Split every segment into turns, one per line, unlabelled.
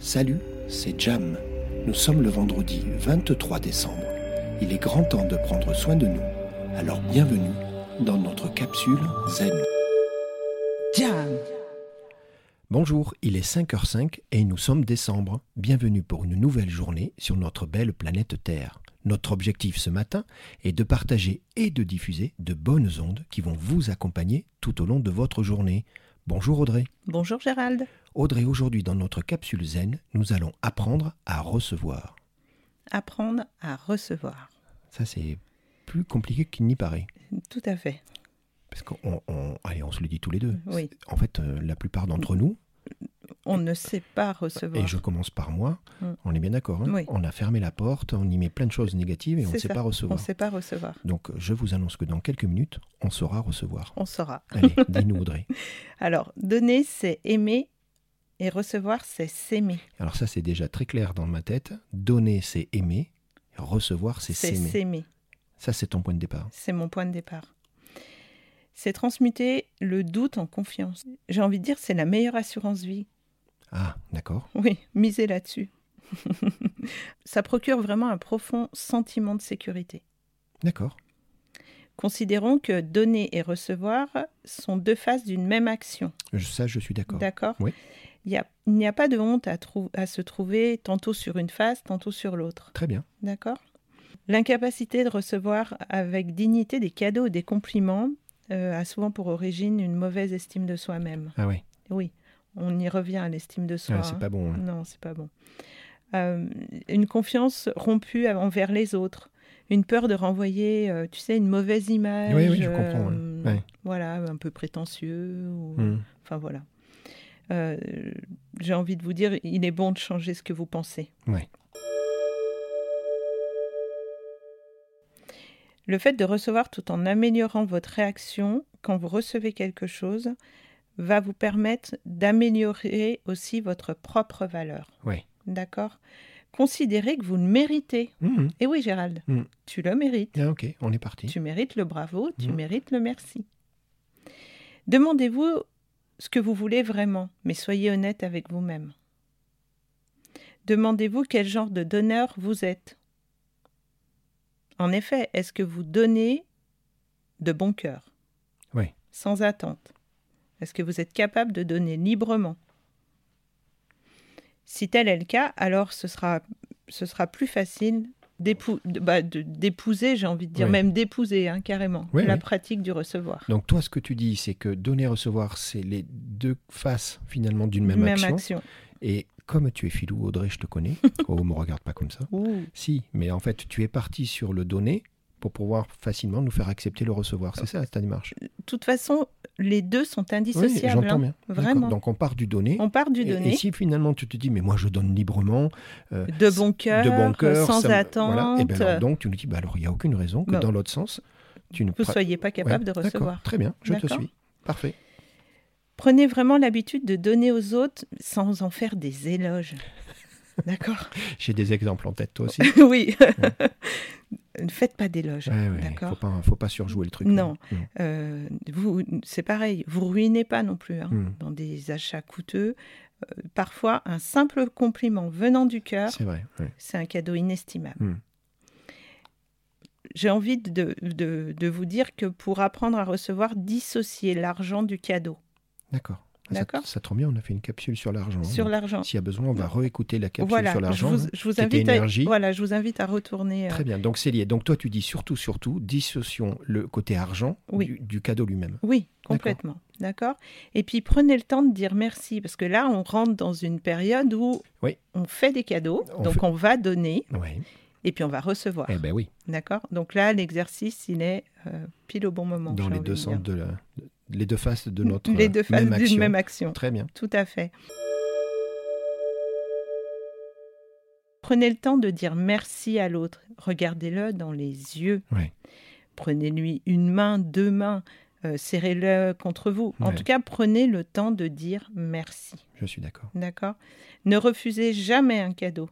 Salut, c'est Jam. Nous sommes le vendredi 23 décembre. Il est grand temps de prendre soin de nous. Alors bienvenue dans notre capsule Zen.
Jam.
Bonjour, il est 5h05 et nous sommes décembre. Bienvenue pour une nouvelle journée sur notre belle planète Terre. Notre objectif ce matin est de partager et de diffuser de bonnes ondes qui vont vous accompagner tout au long de votre journée. Bonjour Audrey.
Bonjour Gérald.
Audrey, aujourd'hui dans notre capsule Zen, nous allons apprendre à recevoir.
Apprendre à recevoir.
Ça, c'est plus compliqué qu'il n'y paraît.
Tout à fait.
Parce qu'on on, allez, on se le dit tous les deux.
Oui.
C'est- En fait, euh, la plupart d'entre nous,
On ne sait pas recevoir.
et je commence par moi,
Mm.
on est bien d'accord, hein,
Oui.
on a fermé la porte, on y met plein de choses négatives et on ne
C'est
sait
ça,
pas
On ne
recevoir.
sait pas recevoir.
Donc, je vous annonce que dans quelques minutes, on saura recevoir.
On saura.
Allez, dis-nous Audrey.
Alors, donner, c'est aimer et recevoir, c'est s'aimer.
Alors ça, c'est déjà très clair dans ma tête. Donner, c'est aimer. Recevoir, c'est
C'est
s'aimer.
s'aimer.
Ça, c'est ton point de départ.
C'est mon point de départ. C'est transmuter le doute en confiance. J'ai envie de dire, c'est la meilleure assurance vie.
Ah, d'accord.
Oui, misez là-dessus. Ça procure vraiment un profond sentiment de sécurité.
D'accord.
Considérons que donner et recevoir sont deux faces d'une même action.
Je- Ça, je suis d'accord.
D'accord
Oui.
Il y a- il n'y a, pas de honte à, trou- à se trouver tantôt sur une face, tantôt sur l'autre.
Très bien.
D'accord L'incapacité de recevoir avec dignité des cadeaux ou des compliments euh, a souvent pour origine une mauvaise estime de soi-même.
Ah ouais.
Oui, on y revient à l'estime de soi.
Ah, c'est
hein.
pas bon. hein.
Non, c'est pas bon. Euh, une confiance rompue av- envers les autres, une peur de renvoyer, euh, tu sais, une mauvaise image.
Oui, oui, je comprends, hein.
euh,
ouais. Ouais.
Voilà, un peu prétentieux. ou-
Hmm.
Enfin voilà. Euh, J'ai envie de vous dire, il est bon de changer ce que vous pensez.
Ouais.
Le fait de recevoir tout en améliorant votre réaction quand vous recevez quelque chose va vous permettre d'améliorer aussi votre propre valeur.
Ouais.
D'accord Considérez que vous le méritez.
Hmm.
Et oui, Gérald,
Mm.
tu le mérites.
Ah, ok, on est parti.
Tu mérites le bravo, tu
Mm.
mérites le merci. Demandez-vous ce que vous voulez vraiment, mais soyez honnête avec vous-même. Demandez-vous quel genre de donneur vous êtes. En effet, est-ce que vous donnez de bon cœur
Oui.
Sans attente. Est-ce que vous êtes capable de donner librement Si tel est le cas, alors ce sera, ce sera plus facile d'épou- de- bah, de- d'épouser, j'ai envie de dire,
Oui.
même d'épouser hein, carrément,
Oui,
la
oui.
pratique du recevoir.
Donc toi, ce que tu dis, c'est que donner et recevoir, c'est les deux faces finalement d'une même, action. Et comme tu es filou, Audrey, je te connais. oh, me regarde pas comme ça.
Ouh.
Si, mais en fait, tu es parti sur le donner pour pouvoir facilement nous faire accepter le recevoir. C'est ça ta démarche.
De toute façon, les deux sont
Oui,
indissociables.
j'entends
hein.
bien. D'accord.
Vraiment.
Donc on part du donner.
On part du
Et-
donner,
Et, si finalement tu te dis, mais moi je donne librement, euh,
de bon cœur,
de bon cœur,
sans
ça me-
attente,
voilà. Et ben alors, donc tu nous dis, bah alors il n'y a aucune raison que
Bah,
dans l'autre sens, tu ne
vous ne
pra-
soyez pas capable
Ouais,
de
d'accord.
recevoir.
Très bien, je te
D'accord.
suis. Parfait.
Prenez vraiment l'habitude de donner aux autres sans en faire des éloges. D'accord
J'ai des exemples en tête, toi aussi.
Oui. ne faites pas d'éloges.
Ouais, ouais, ouais.
D'accord
Faut pas, faut pas surjouer le truc.
Non. Euh, vous, c'est pareil, vous ruinez pas non plus hein,
Mm.
dans des achats coûteux. Euh, parfois, un simple compliment venant du cœur,
C'est vrai. ouais.
c'est un cadeau inestimable.
Mm.
J'ai envie de, de- de vous dire que pour apprendre à recevoir, dissociez l'argent du cadeau.
D'accord. Ah, ça-
D'accord.
Ça, tombe bien, on a fait une capsule sur l'argent.
Sur
Donc,
l'argent.
S'il y a besoin, on va réécouter la capsule
Voilà,
sur
je
l'argent.
vous,
hein.
je vous
qui était
invite à,
énergie.
voilà, je vous invite à retourner. euh,
Très bien, donc c'est lié. Donc toi, tu dis surtout, surtout, dissocions le côté argent
Oui.
du, du cadeau lui-même.
Oui, complètement. D'accord Et puis prenez le temps de dire merci, parce que là, on rentre dans une période où
Oui.
on fait des cadeaux,
On
donc
fait-
on va donner
Oui.
et puis on va recevoir.
Eh ben oui,
D'accord Donc là, l'exercice, il est euh, pile au bon moment.
dans
j'ai
les
envie
deux
de dire.
sens de la- les deux faces de notre
hein. Les
euh,
deux faces
même action.
d'une même action.
Très bien.
Tout à fait. Prenez le temps de dire merci à l'autre. Regardez-le dans les yeux.
Ouais.
Prenez-lui une main, deux mains. euh, Serrez-le contre vous. En
Ouais.
tout cas, prenez le temps de dire merci.
Je suis d'accord.
D'accord Ne refusez jamais un cadeau.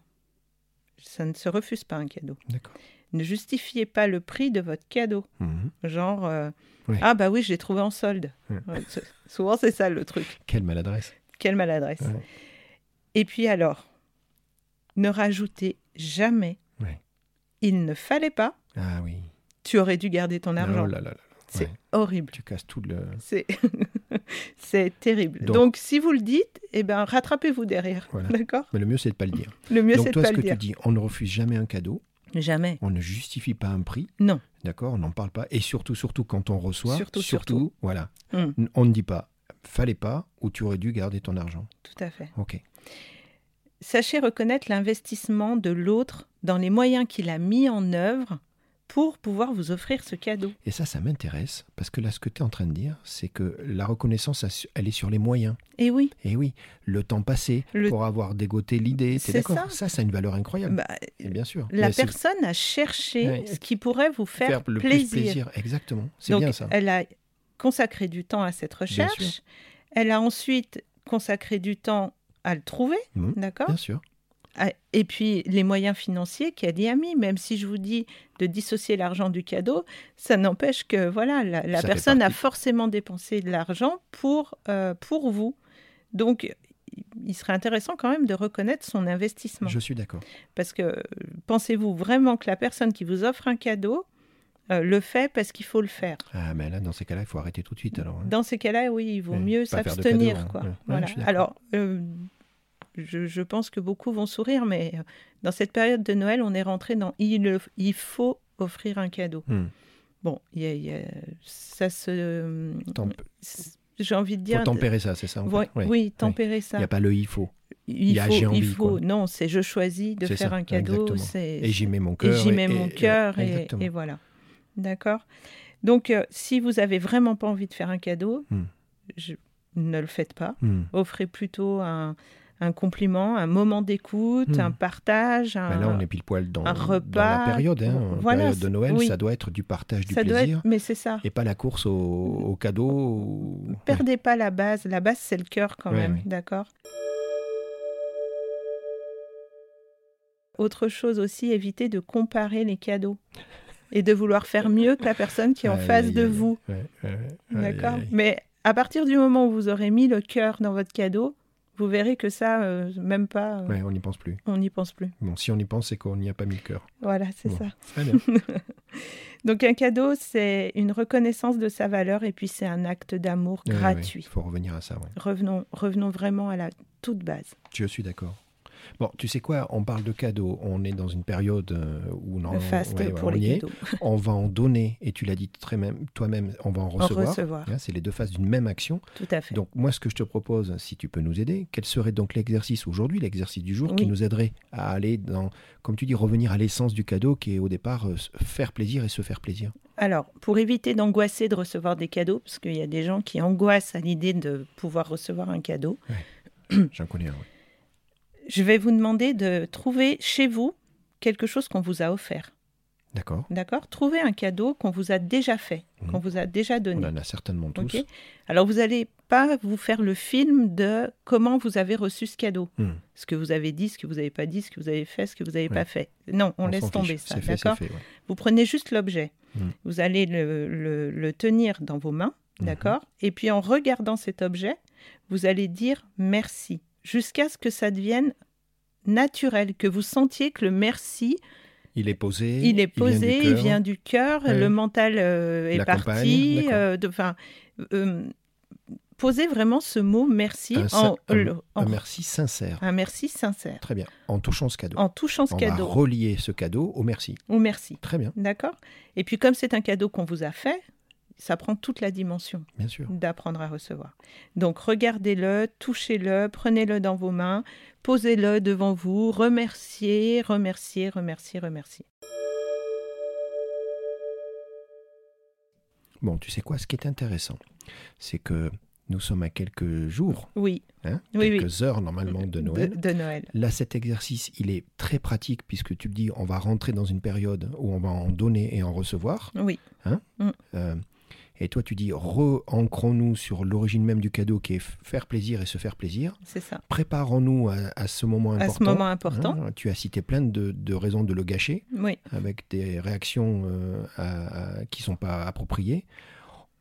Ça ne se refuse pas un cadeau.
D'accord.
Ne justifiez pas le prix de votre cadeau.
Mhm.
Genre, euh,
Ouais.
ah bah oui, je l'ai trouvé en solde.
Ouais.
Ouais, c'est- souvent, c'est ça le truc.
Quelle maladresse.
Quelle maladresse.
Ouais.
Et puis alors, Ne rajoutez jamais.
Ouais.
Il ne fallait pas.
Ah oui.
Tu aurais dû garder ton argent.
Oh là là là.
C'est
ouais.
horrible.
Tu casses tout le.
C'est c'est terrible.
Donc-
Donc, si vous le dites, eh ben rattrapez-vous derrière.
Voilà.
D'accord
Mais le mieux, c'est de pas le dire.
Le mieux
Donc,
c'est de
toi,
pas
ce
le
que tu
dire.
dis, on ne refuse jamais un cadeau,
Jamais.
on ne justifie pas un prix.
Non.
D'accord On n'en parle pas. Et surtout, surtout quand on reçoit.
Surtout,
Voilà.
Hum.
N- On ne dit pas fallait pas ou tu aurais dû garder ton argent.
Tout à fait.
Ok.
Sachez reconnaître l'investissement de l'autre dans les moyens qu'il a mis en œuvre pour pouvoir vous offrir ce cadeau.
Et ça, ça m'intéresse parce que là, ce que tu es en train de dire, c'est que la reconnaissance, ça su- elle est sur les moyens.
Et oui,
Et Eh oui, le temps passé
Le-
pour avoir dégoté l'idée. T'es
C'est
d'accord
ça.
ça, ça a une valeur incroyable.
bah,
Et Eh bien sûr.
la
Mais c'est
personne a cherché
Ouais.
ce qui pourrait vous faire,
faire le
plaisir.
plus plaisir. Exactement. C'est
Donc,
bien ça.
elle a consacré du temps à cette
Bien sûr.
recherche. Elle a ensuite consacré du temps à le trouver,
Mhm.
d'accord
Bien sûr.
Ah, Et puis les moyens financiers qu'elle y a mis, même si je vous dis de dissocier l'argent du cadeau, ça n'empêche que voilà, la, la
Ça fait
personne a
partie.
forcément dépensé de l'argent pour, euh, pour vous. Donc il- il serait intéressant quand même de reconnaître son investissement.
Je suis d'accord.
Parce que euh, pensez-vous vraiment que la personne qui vous offre un cadeau euh, le fait parce qu'il faut le faire
Ah, mais là, dans ces cas-là, il faut arrêter tout de suite alors. hein.
dans ces cas-là, oui, il vaut
Ouais,
mieux
pas faire de
s'abstenir.
cadeaux, hein.
quoi.
Ouais. Ouais,
Voilà.
je suis d'accord.
Alors, euh, je, je pense que beaucoup vont sourire, mais euh, dans cette période de Noël, on est rentré dans il, il faut offrir un cadeau.
Hmm.
Bon, il y a- il y a- ça se.
Temp-
s- J'ai envie de dire.
Faut tempérer ça, c'est ça en
Ouais,
fait. Ouais.
Oui, tempérer
Il
ça.
n'y a pas le il faut.
il
y a
faut,
j'ai envie,
il faut.
quoi.
Non, c'est je choisis de
C'est
faire
ça,
un cadeau.
exactement.
c'est-
Et j'y mets mon
et
cœur.
j'y mets mon cœur et,
exactement.
et voilà. D'accord Donc, euh, si vous avez vraiment pas envie de faire un cadeau,
Hmm.
je- ne le faites pas.
Hmm.
Offrez plutôt un, un compliment, un moment d'écoute,
Hmm.
un partage. Un...
Bah là, on est pile poil dans,
un
dans
repas,
la période. hein, en
voilà,
période de Noël,
oui.
ça doit être du partage du
ça doit
plaisir
être... Mais c'est ça.
et pas la course au, au cadeau. ou-
Perdez pas la base. La base, c'est le cœur quand
Ouais,
même.
ouais.
D'accord Autre chose aussi, évitez de comparer les cadeaux et de vouloir faire mieux que la personne qui est en
Aïe,
face
aïe,
de
aïe.
vous.
Ouais, ouais, ouais. Aïe,
D'accord.
aïe, aïe.
Mais à partir du moment où vous aurez mis le cœur dans votre cadeau, vous verrez que ça, euh, même pas, euh,
Ouais, on n'y pense plus.
on n'y pense plus.
Bon, si on y pense, c'est qu'on n'y a pas mis le cœur.
Voilà, c'est
Bon.
ça.
Très bien.
Donc un cadeau, c'est une reconnaissance de sa valeur et puis c'est un acte d'amour
Il
gratuit.
faut revenir à ça. ouais.
Revenons, revenons vraiment à la toute base.
Je suis d'accord. Bon, tu sais quoi On parle de cadeaux. On est dans une période euh, où non,
le faste
ouais, ouais,
pour
on y
les
est.
cadeaux.
On va en donner, et tu l'as dit très même- toi-même, on va en
En
recevoir.
recevoir,
Hein, c'est les deux faces d'une même action.
tout à fait.
Donc moi, ce que je te propose, si tu peux nous aider, quel serait donc l'exercice aujourd'hui, l'exercice du jour, qui
Oui.
nous aiderait à aller dans, comme tu dis, revenir à l'essence du cadeau, qui est au départ euh, se faire plaisir et se faire plaisir.
Alors, pour éviter d'angoisser de recevoir des cadeaux, parce qu'il y a des gens qui angoissent à l'idée de pouvoir recevoir un cadeau, Mm.
J'en connais un. oui.
je vais vous demander de trouver chez vous quelque chose qu'on vous a offert.
D'accord.
D'accord Trouvez un cadeau qu'on vous a déjà fait,
Mhm.
qu'on vous a déjà
On
donné.
en a certainement tous.
Ok Alors, vous n'allez pas vous faire le film de comment vous avez reçu ce cadeau.
Mhm.
Ce que vous avez dit, ce que vous n'avez pas dit, ce que vous avez fait, ce que vous n'avez
Ouais.
pas fait. Non, on,
s'en
laisse
fiche.
tomber ça.
C'est fait,
D'accord
c'est fait. ouais.
Vous prenez juste l'objet.
Mhm.
Vous allez le, le- le tenir dans vos mains.
Mhm.
D'accord Et puis, en regardant cet objet, vous allez dire merci. Jusqu'à ce que ça devienne naturel, que vous sentiez que le merci
Il est posé.
il
vient
est
du
posé, il
cœur.
vient du cœur,
Ouais.
le mental euh, est
L'accompagne,
parti.
d'accord.
euh, de- Enfin, euh, posez vraiment ce mot merci
Un sin-
en, le- en-
Un merci sincère.
un merci sincère,
Très bien. En touchant ce cadeau.
en touchant ce
on
cadeau
va relier ce cadeau au merci.
au merci,
Très bien,
d'accord Et puis comme c'est un cadeau qu'on vous a fait, ça prend toute la dimension
bien sûr.
d'apprendre à recevoir. Donc regardez-le, touchez-le, prenez-le dans vos mains, posez-le devant vous, remerciez, remerciez, remerciez, remerciez.
Bon, tu sais quoi, ce qui est intéressant, c'est que nous sommes à quelques jours,
Oui,
hein,
Oui, oui. Euh, ben,
quelques heures normalement de Noël.
de Noël.
Là, cet exercice, il est très pratique puisque tu le dis, on va rentrer dans une période où on va en donner et en recevoir.
Oui,
Euh, et toi, tu dis, re-ancrons-nous sur l'origine même du cadeau qui est f- faire plaisir et se faire plaisir.
c'est ça.
Préparons-nous à, à ce moment important.
À ce moment important,
hein. tu as cité plein de, de raisons de le gâcher
oui.
avec des réactions euh, à- à- qui ne sont pas appropriées.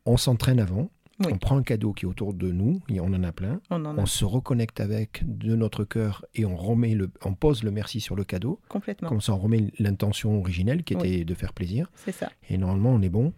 On s'entraîne avant,
Oui.
On prend un cadeau qui est autour de nous, et on en a plein,
On en a
on se reconnecte avec de notre cœur et on, remet le, on pose le merci sur le cadeau.
complètement.
Comme ça, on remet l'intention originelle qui était de faire plaisir.
C'est ça.
Et normalement, on est bon.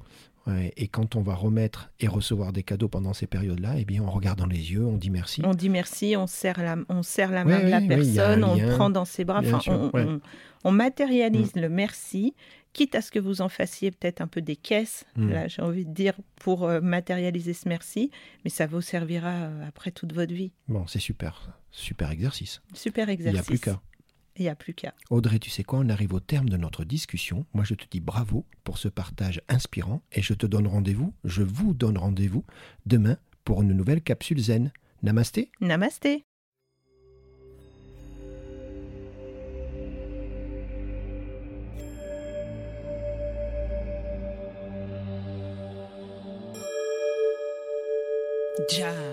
Ouais, Et quand on va remettre et recevoir des cadeaux pendant ces périodes-là, eh bien, on regarde dans les yeux, on dit merci.
On dit merci, on serre la, on serre la
Ouais,
main de la
ouais, ouais, il y a un
personne, on le
lien.
prend dans ses bras.
Bien
Enfin,
sûr,
on,
ouais. Mm.
on- on matérialise le merci, quitte à ce que vous en fassiez peut-être un peu des caisses,
Mm.
là j'ai envie de dire, pour euh, matérialiser ce merci, mais ça vous servira euh, après toute votre vie.
Bon, c'est super, super exercice.
Super
Il n'y
exercice.
a plus qu'à.
Il n'y a plus qu'à.
Audrey, tu sais quoi, on arrive au terme de notre discussion. Moi, je te dis bravo pour ce partage inspirant et je te donne rendez-vous, je vous donne rendez-vous demain pour une nouvelle capsule zen. Namasté
Namasté
Jazz.